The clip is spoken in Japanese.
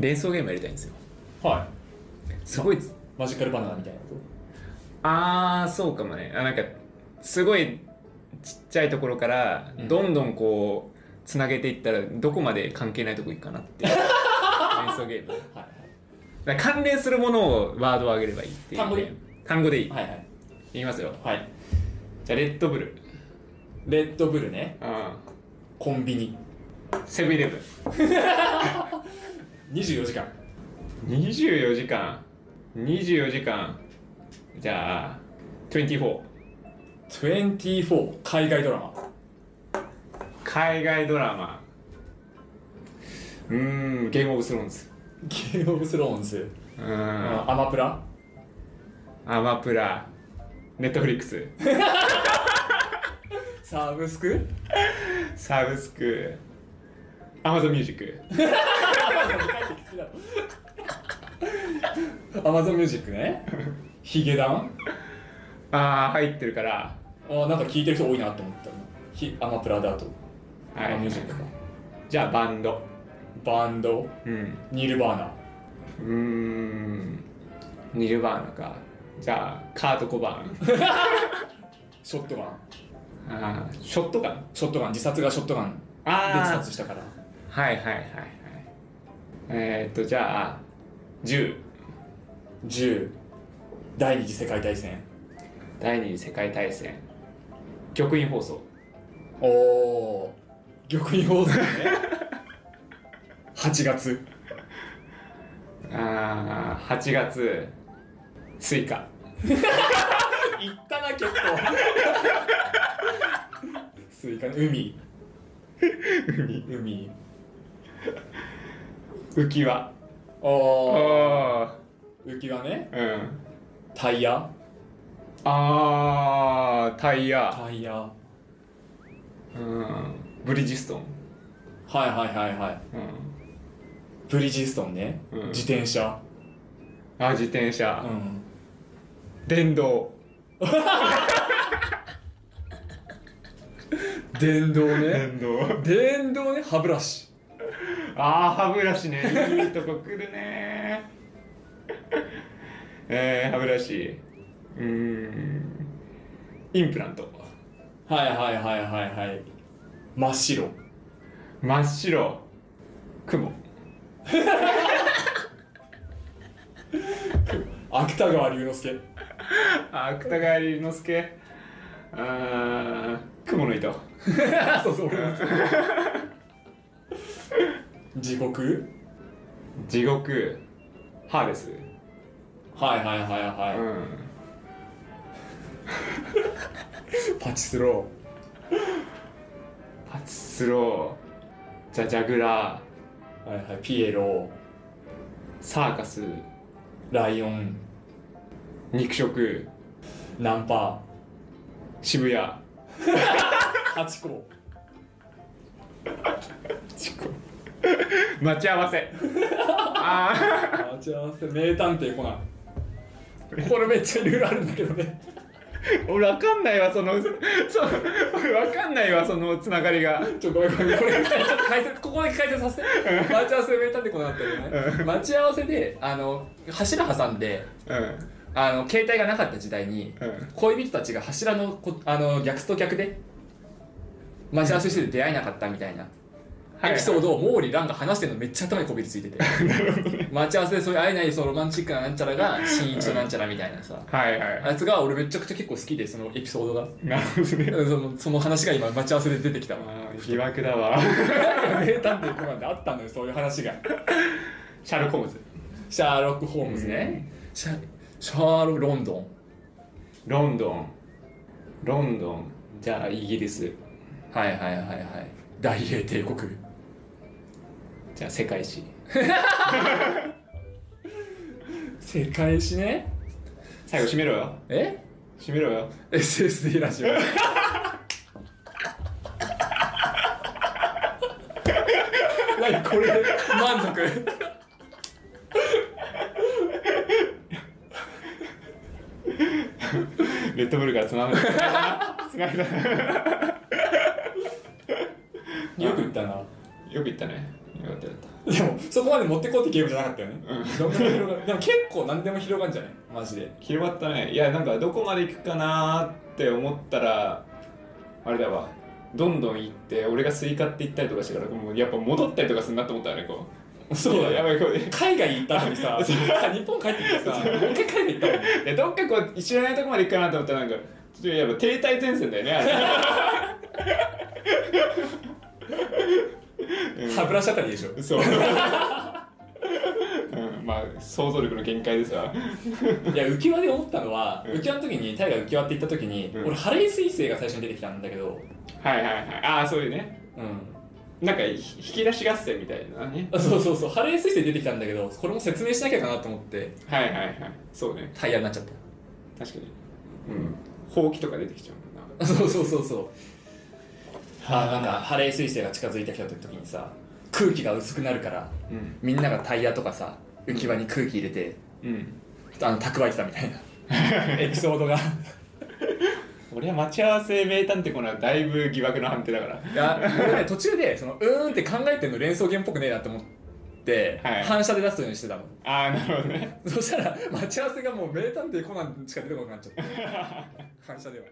連想ゲームやりたいんですよはすごいいマジカルバナナみたいなことあーそうかもねあなんかすごいちっちゃいところからうんどんどんこうつなげていったらどこまで関係ないとこ行くかな っていう連想ゲームはいだから関連するものをワードを挙げればいいっていう単語で単語でいい、はいはいはい言いますよはいじゃあレッドブルレッドブルねうんコンビニセブンイレブン24時間24時間24時間じゃあ24 24海外ドラマ海外ドラマうーんゲームオブスローンズゲームオブスローンズ、うーんアマプラアマプラネットフリックスサブスクサブスクアマゾンミュージック アマゾンミュージックねヒゲダンああ入ってるからあーなんか聞いてる人多いなと思ったひアマプラだと、はいアマミュージックかじゃあバンドバンドうんニルバーナうーんニルバーナかじゃあカート・コバーンショットガンあーショットガンショットガン自殺がショットガンであー自殺したからはいはいはいはいえー、っとじゃあ10 10第二次世界大戦第二次世界大戦極印放送おお玉印放 送ね8月あー8月スイカ行ったな結構 スイカの海海海浮き輪おおおー浮き輪ねうんタイヤあータイヤタイヤはうんブリヂストンいはいはいはいうんブリヂストンね、うん自転車あ自転う車、ん電動電動ね電動電動ね歯ブラシ あー歯ブラシねいいとこ来るね えー、歯ブラシうーんインプラントはいはいはいはいはい真っ白真っ白雲芥川龍之介あ芥川龍之介あー雲の糸そうそう俺も そう地獄地獄ハーレスはいはいはいはい、うんパチスロパチスローじゃジャグラーーはいはいピエロサーカスライオン肉食ナンパ渋谷ハチ公待ち合わせあ待ち合わせ名探偵コナンこれめっちゃいろいろあるんだけどねー俺わかんないわそのそう俺わかんないわそのつながりがちょごめんごめんこれちょっと解説ここだけ解説させて待ち合わせ名探偵コナンだったけどね待ち合わせであの柱挟んでうんあの携帯がなかった時代にうん恋人たちが柱のこあの逆と逆で待ち合わせしてて出会えなかったみたいなエピソードを毛利蘭が話してるのめっちゃ頭にこびりついてて 待ち合わせでそういう会えないそのロマンチックななんちゃらが新一となんちゃらみたいなさはいはあいつが俺めちゃくちゃ結構好きでそのエピソードがいなるほどねうんそのその話が今待ち合わせで出てき たわあー疑惑だわ名探偵コナンであったのよそういう話がシャーロコムズシャーロック・ホームズねシャシャーロック・ロンドンロンドンロンドンじゃあイギリスはいはいはいはい大英帝国じゃあ世界史世界史ね最後締めろよえ締めろよ SSD ラジオ何これ満足レッドブルからつまむつまだよく言ったなよく言ったねよかったよかっでもそこまで持ってこうってゲームじゃなかったよね、うんどんな広がるでも結構何でも広がるんじゃないマジでた広がったねいやなんかどこまで行くかなーって思ったらあれだわどんどん行って俺がスイカって行ったりとかしてからもうやっぱ戻ったりとかするなと思ったよねこう そうだよやばいこれ海外行ったのに さ日本帰ってきてさもう一回海外行ったもんいやどっかこう知らないとこまで行くかなと思ったらなんかちょっとやっぱ停滞前線だよねあれうん歯ブラシあたり でしょそう、うん、まあ想像力の限界ですわいや浮き輪で思ったのは、うん浮き輪の時にタイが浮き輪って言った時に、うん俺ハレー彗星が最初に出てきたんだけどはいはいはいああそういうねうんなんかひ引き出し合戦みたいなねあそうそうそうハレー彗星出てきたんだけどこれも説明しなきゃかなと思ってはいはいはいそうねタイヤになっちゃっ確かにうんほうきとか出てきちゃうもんなた そうそうそうそうあなんかハレー彗星が近づいてきた時にさ空気が薄くなるからうんみんながタイヤとかさ浮き輪に空気入れてうんあの蓄えてたみたい なエピソードが俺は待ち合わせ名探偵コナンだいぶ疑惑の判定だからいや俺 ね途中でそのうーんって考えてるの連想ゲームっぽくねえなと思って、はい反射で出すようにしてたのああなるほどねそしたら待ち合わせがもう名探偵コナンしか出てこなくなっちゃって反射では。